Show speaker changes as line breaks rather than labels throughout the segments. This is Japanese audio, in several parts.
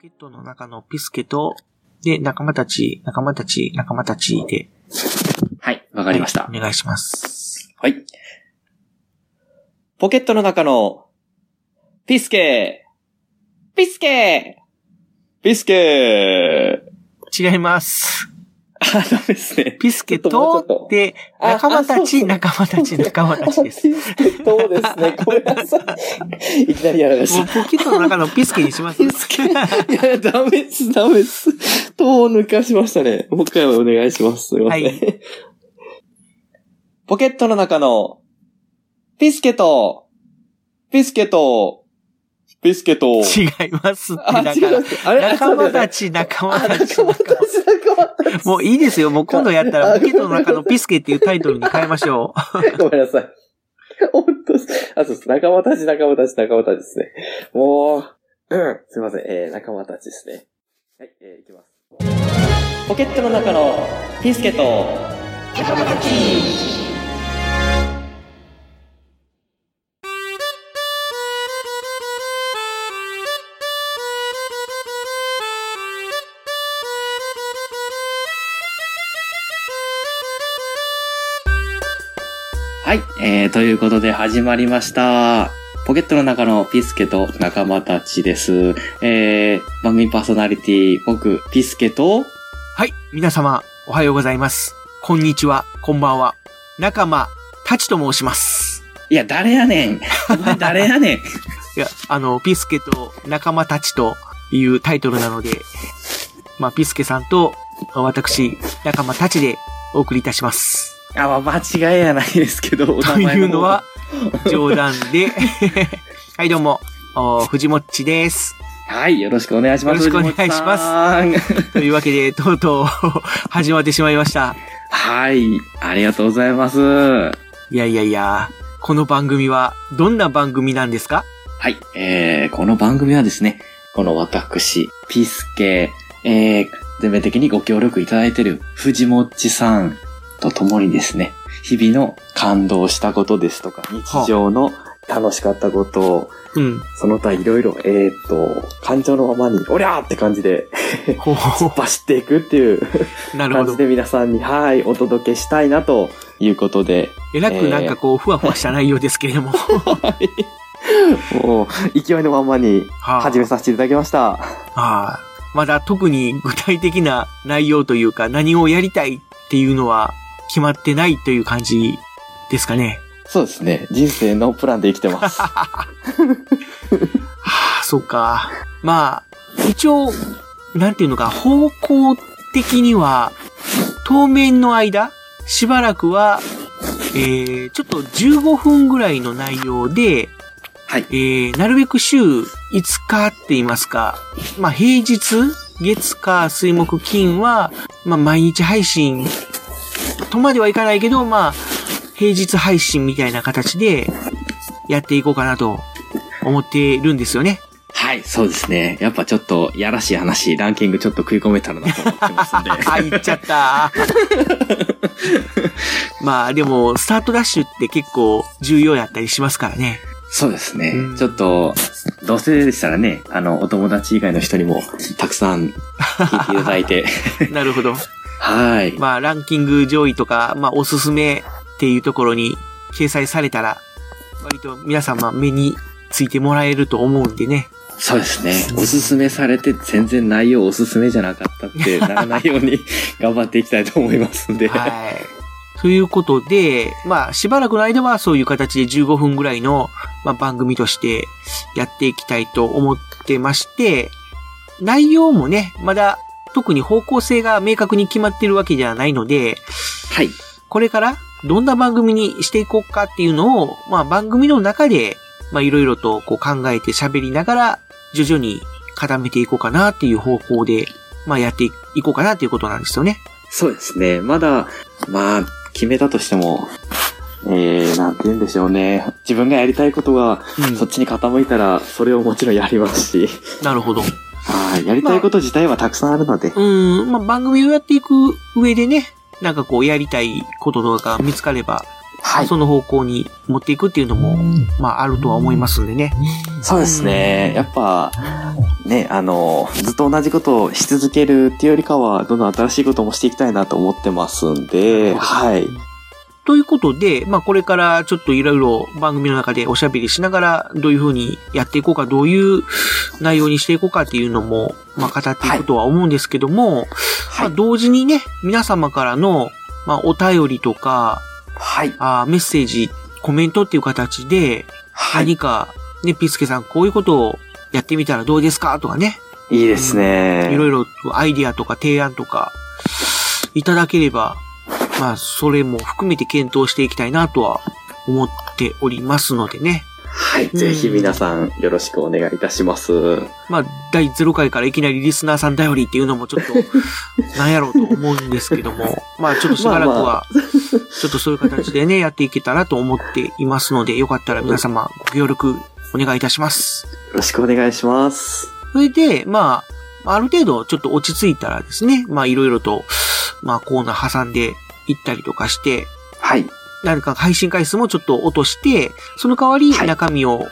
ケットの中のピスケと、で、仲間たち、仲間たち、仲間たちで。
はい、わかりました
は。いお願いします。
はい。ポケットの中の、ピスケピスケピスケ
違います。
あ、ダメですね。
ピスケ
ちょっともうちょっ
と
と、
で、
あ
仲間た
あそう
ち、
そう
仲間たち、仲間たちです。
ピスケとです ね。ごめんなさい。いきなりやられま
も
し
うポケットの中のピスケにします。
ピスケた。いやいや、ダメです、ダメです。とを抜かしましたね。もう一回お願いします。すいません。
はい
ポケットの中の、ピスケと、ピスケと、ピスケと、
違いますって、
あ、
だ
違
か
う
ら。。
あれ
仲間た
ち。
ち、仲
あ、
間たち
仲。間たち、仲間たち。
もういいですよ。もう今度やったら、
あ
ポケットの中のピスケっていうタイトルに変えましょう。
ごめんなさい。本当ですあ、そうです。仲間たち、仲間たち、仲間たちですね。もう、うん。すいません。えー、仲間たちですね。はい、えー、いきます。ポケットの中のピスケと仲間たち。はい、えー、ということで始まりました。ポケットの中のピスケと仲間たちです。えー、番組パーソナリティ、僕、ピスケと、
はい。皆様、おはようございます。こんにちは、こんばんは。仲間たちと申します。
いや、誰やねん。お前誰やねん。
いや、あの、ピスケと仲間たちというタイトルなので、まあ、ピスケさんと私、仲間たちでお送りいたします。
あ、まあ、間違いやないですけど、お名
と
前
いうのは
方、
冗談で。 はい、どうも、お藤もっちです。
はい、よろしくお願いします。
よろしくお願いします
ます。
というわけで、とうとう始まってしまいました。
はい、ありがとうございます。はい
やいやいや、この番組はどんな番組なんですか
い、えー、この番組はですね、この私、ピスケ、えー、全面的にご協力いただいている藤もっちさんと共にですね、日々の感動したことですとか、日常の楽しかったことを、
うん。
その他いろいろ、えー、っと、感情のままに、おりゃーって感じで、
ほうほ
突っ走っていくっていう
うなるほ
感じ
ど
で。皆さんに、はい、お届けしたいなということで、
えらくなんかこう、ふわふわした内容ですけれど も。
もう、勢いのままに始めさせていただきました。
ああ、まだ特に具体的な内容というか、何をやりたいっていうのは決まってないという感じですかね。
そうですね。人生のプランで生きて ます。
はあ、そうか。まあ、一応、なんていうのか、方向的には、当面の間、しばらくは、えー、ちょっと15分ぐらいの内容で、
はい
え。ー、なるべく週5日って言いますか、まあ平日、月火水木金は、まあ毎日配信とまではいかないけど、まあ平日配信みたいな形でやっていこうかなと思ってるんですよね。
はい、そうですね。やっぱちょっと、やらしい話、ランキングちょっと食い込めたらなと思ってますん で。
あ、 言っちゃ った。まあでも、スタートダッシュって結構重要やったりしますからね。
そうですね
うん。
ちょっと、どうせでしたらね、あの、お友達以外の人にも、たくさん聞いていただい て。
なるほど。
はい。
まあ、ランキング上位とか、まあ、おすすめっていうところに掲載されたら、割と皆様目についてもらえると思うんでね。
そうですね。おすすめされて全然内容おすすめじゃなかった ってならないように頑張っていきたいと思いますんで。は
はい。ということで、まあ、しばらくの間はそういう形で15分ぐらいの、まあ、番組としてやっていきたいと思ってまして、内容もね、まだ特に方向性が明確に決まってるわけではないので、
い。
これからどんな番組にしていこうかっていうのを、まあ番組の中で、まあいろいろとこう考えて喋りながら、徐々に固めていこうかなっていう方向で、まあやっていこうかなっていうことなんですよね。
そうですね。まだ、まあ、決めたとしても、えー、なんて言うんでしょうね。自分がやりたいことが、
うん
そっちに傾いたら、それをもちろんやりますし、
なるほど。
はい。やりたいこと自体はたくさんあるので、
うん、まあ番組をやっていく上でね、なんかこうやりたいこととかが見つかれば、
はい。
その方向に持っていくっていうのも、まああるとは思いますんでね。
そうですね。やっぱ、ね、あの、ずっと同じことをし続けるっていうよりかは、どんどん新しいこともしていきたいなと思ってますんで、はい。
ということで、まあこれからちょっといろいろ番組の中でおしゃべりしながら、どういうふうにやっていこうか、どういう内容にしていこうかっていうのも、まあ語っていくとは思うんですけども、ま
は
あ
い。
同時にね、皆様からの、まあお便りとか、
はい。
あーメッセージ、コメントっていう形で、
はい。
何か、ね、ピスケさんこういうことをやってみたらどうですかとかね、
いいですね。
いろいろアイディアとか提案とか、いただければ、まあ、それも含めて検討していきたいなとは思っておりますのでね。
はい。ぜひ皆さんよろしくお願いいたします。
まあ、第0回からいきなりリスナーさん頼りっていうのもちょっと、 なんやろうと思うんですけども、まあ、ちょっとしばらく
まあ
は、 ちょっとそういう形でね、やっていけたらと思っていますので、よかったら皆様ご協力お願いいたします。
よろしくお願いします。
それで、まあ、ある程度ちょっと落ち着いたらですね、まあいろいろと、まあコーナー挟んでいったりとかして、
はい。
何か配信回数もちょっと落として、その代わり
はい
中身を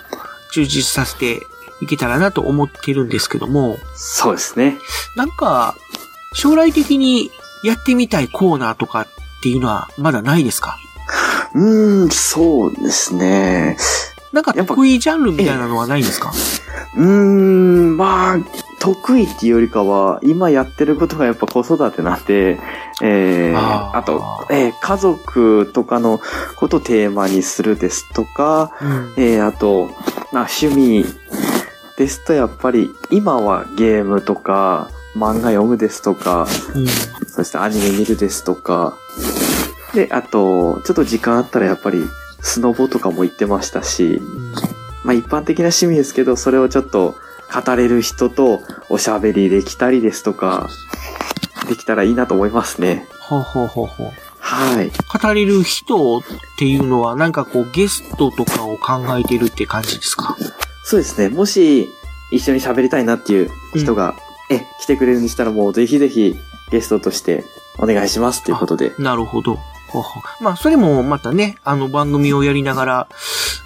充実させていけたらなと思ってるんですけども、
そうですね。
なんか、将来的にやってみたいコーナーとかっていうのはまだないですか
うーん、そうですね。
なんか
やっぱ
得意ジャンルみたいなのはないんですか
うーん、まあ、得意っていうよりかは、今やってることがやっぱ子育てなんで、えー、
あー
あと、えー家族とかのことをテーマにするですとか、
うん。
えー、あと、まあ、趣味ですとやっぱり、今はゲームとか、漫画読むですとか、
うん
そしてアニメ見るですとか、で、あと、ちょっと時間あったらやっぱり、スノボとかも行ってましたし、
うん
まあ一般的な趣味ですけど、それをちょっと語れる人とおしゃべりできたりですとか、できたらいいなと思いますね。
ほうほうほうほう。
はい。
語れる人っていうのは、なんかこう、ゲストとかを考えてるって感じですか
そうですね。もし一緒に喋りたいなっていう人が、え、来てくれるんでしたらもうぜひぜひゲストとしてお願いしますということで。
なるほど。ほうほうまあ、それもまたね、あの番組をやりながら、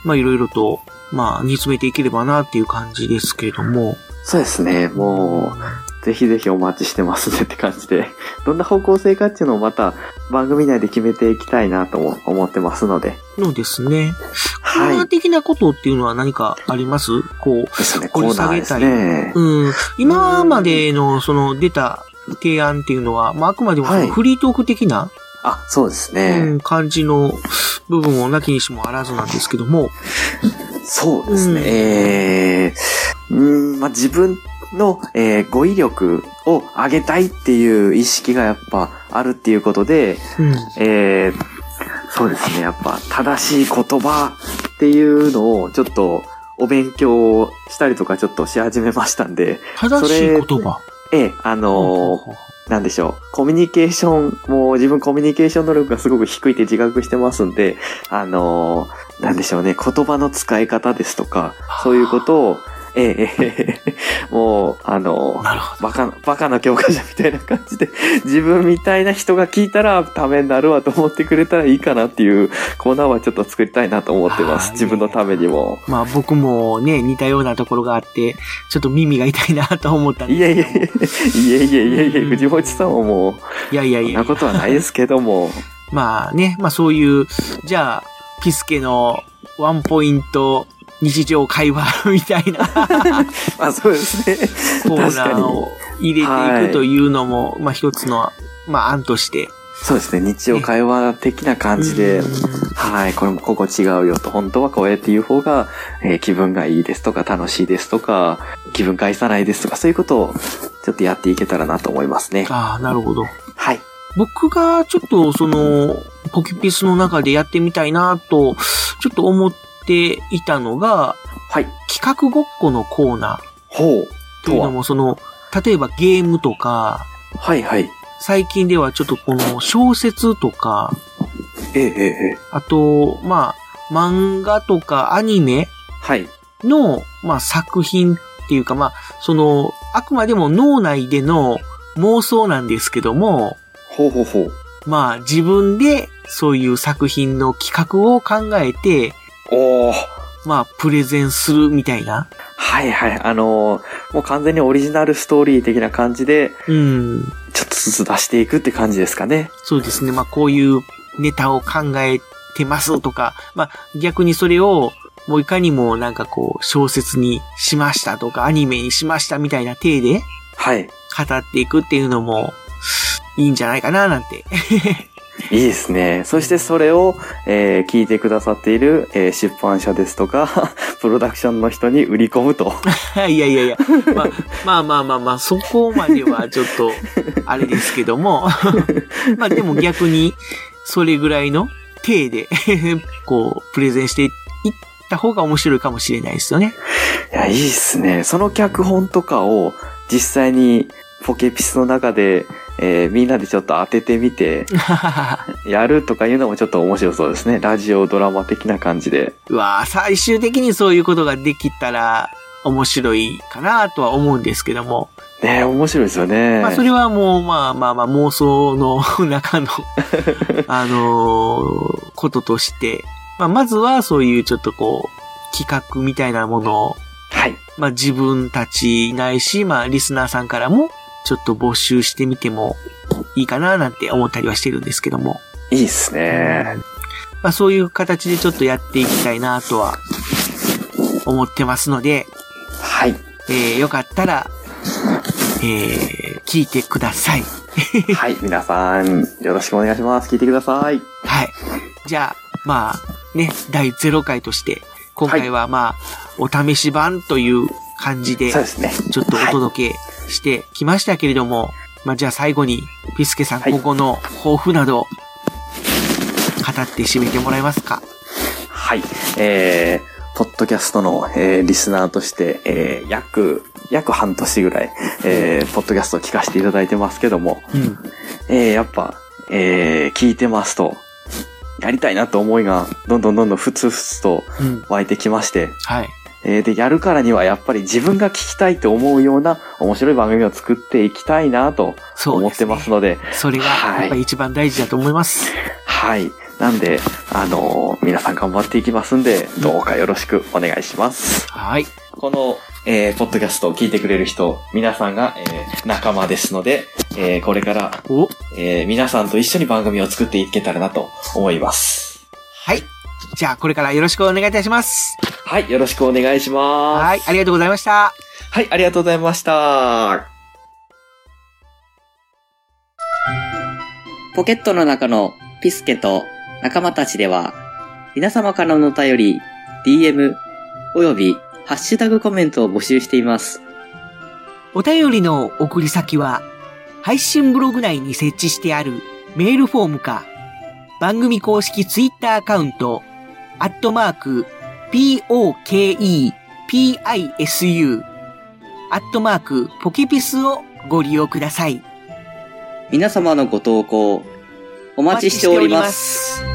まあ、いろいろと、まあ、煮詰めていければなっていう感じですけれども。
そうですね。もう、ぜひぜひお待ちしてますねって感じで。 どんな方向性かっていうのをまた番組内で決めていきたいなとも思ってますので。
のですね。コー
は
ナー
い。
的なことっていうのは何かありますこ
ですね。コ
掘り
ー
下
ナー
げ
で
た
す
り
ね。
う、うん。今までの、その、出た提案っていうのは、まあ、あくまでもその
はい
フリートーク的な、
あ、そうですね。
うん、感じの部分をなきにしもあらずなんですけども。
そうですね。
うん
えー、うーん、まあ、自分の、えー語彙力を上げたいっていう意識がやっぱあるっていうことで、
うん。
えー、そうですね。やっぱ正しい言葉っていうのをちょっとお勉強したりとかちょっとし始めましたんで、
正しい言葉。
えー、あのーなんでしょう。コミュニケーション、もう自分コミュニケーション能力がすごく低いって自覚してますんで、あのーなんでしょうね。言葉の使い方ですとか、そういうことを、ええええええもう、あのー
なるほど。
バカな、バカな教科書みたいな感じで、自分みたいな人が聞いたらためになるわと思ってくれたらいいかなっていうコーナーはちょっと作りたいなと思ってま
あ
す。
ー
自分のためにも。
まあ僕もね、似たようなところがあって、ちょっと耳が痛いなと思ったん
い
です
え
け
い
ど
え
も。
いえいえいえいえ、
うん
藤本さんはもう、
いやいや
そ
い
んな
や。
ことはないですけども。
まあね、まあそういう、じゃあ、ピスケのワンポイント日常会話みたい な
まあそうですね。
コーナーを入れていくというのも、まあ一つの、まあ案として。
そうですね。日常会話的な感じで、
うん
はい、これもここ違うよと、本当はこうやって言う方が、えー気分がいいですとか、楽しいですとか、気分返さないですとか、そういうことをちょっとやっていけたらなと思いますね。
ああ、なるほど。
はい。
僕がちょっとその、ポキピスの中でやってみたいなと、ちょっと思っていたのが、
はい。
企画ごっこのコーナー。
ほう。
っていうのも、その、例えばゲームとか、
はいはい。
最近ではちょっとこの小説とか、
ええええええ
あと、まあ、漫画とかアニメ
はい。
の、まあ、作品っていうか、まあ、その、あくまでも脳内での妄想なんですけども、
ほうほうほう。
まあ、自分でそういう作品の企画を考えて、
おー。
まあ、プレゼンするみたいな。
はいはい。あのーもう完全にオリジナルストーリー的な感じで、
うん。
ちょっとずつ出していくって感じですかね。
そうですね。まあ、こういうネタを考えてますとか、まあ、逆にそれを、もういかにもなんかこう、小説にしましたとか、アニメにしましたみたいな体で
はい。
語っていくっていうのも、いいんじゃないかななんて。
いいですね。そしてそれを、えー聞いてくださっている、えー出版社ですとか、 プロダクションの人に売り込む と。
いやいやいや、まあ、まあまあまあまあ、そこまではちょっと、あれですけども、 まあでも逆に、それぐらいの体で、 こう、プレゼンしていった方が面白いかもしれないですよね。
いや、いいっすね。その脚本とかを実際にポケピスの中で、えーみんなでちょっと当ててみて、やるとかいうのもちょっと面白そうですね。ラジオドラマ的な感じで。
うわあ最終的にそういうことができたら面白いかなとは思うんですけども。
ねえ面白いですよね。
まあそれはもうまあまあまあ妄想の 中の、あのーこととして、まあまずはそういうちょっとこう、企画みたいなものを、
はい。
まあ自分たちないし、まあリスナーさんからもちょっと募集してみてもいいかななんて思ったりはしてるんですけども。
いいっすね。
まあそういう形でちょっとやっていきたいなとは思ってますので、
はい。
えーよかったら、えー聞いてください。
はい。皆さん、よろしくお願いします。聞いてください。
はい。じゃあ、まあ、ね、第0回として、今回はまあ、お試し版という感じで、ち
そう
ょ
ですね。
っとお届けしてきましたけれども、まあじゃあ最後に、ピスケさん、
はい
ここの抱負など、語って締めてもらえますか
はい。えー、ポッドキャストの、えーリスナーとして、えー約、約半年ぐらい、えーポッドキャストを聞かせていただいてますけども、
うん。
えーやっぱ、えー聞いてますと、やりたいなと思いが、どんどんどんどんふつふつと
うん。
湧いてきまして、
はい。
えーで、やるからにはやっぱり自分が聞きたいと思うような面白い番組を作っていきたいなと
そうで
思って
す、ね。
ますので、
それが、やっぱり一番大事だと思います。
はい。なんで、あのー皆さん頑張っていきますんで、どうかよろしくお願いします。
はい。
この、えーポッドキャストを聞いてくれる人、皆さんが、えー仲間ですので、えーこれから、
お、
えー皆さんと一緒に番組を作っていけたらなと思います。
はい。じゃあ、これからよろしくお願いいたします。
はい、よろしくお願いします。
はい。ありがとうございました。
はい、ありがとうございました。
ポケットの中のピスケと仲間たちでは、皆様からのお便り、DM、およびハッシュタグコメントを募集しています。
お便りの送り先は、配信ブログ内に設置してあるメールフォームか、番組公式ツイッターアカウント、アットマーク、p-o-k-e-p-i-s-u、アットマーク、ポケピスをご利用ください。
皆様のご投稿、お
お
待ちしております。
す。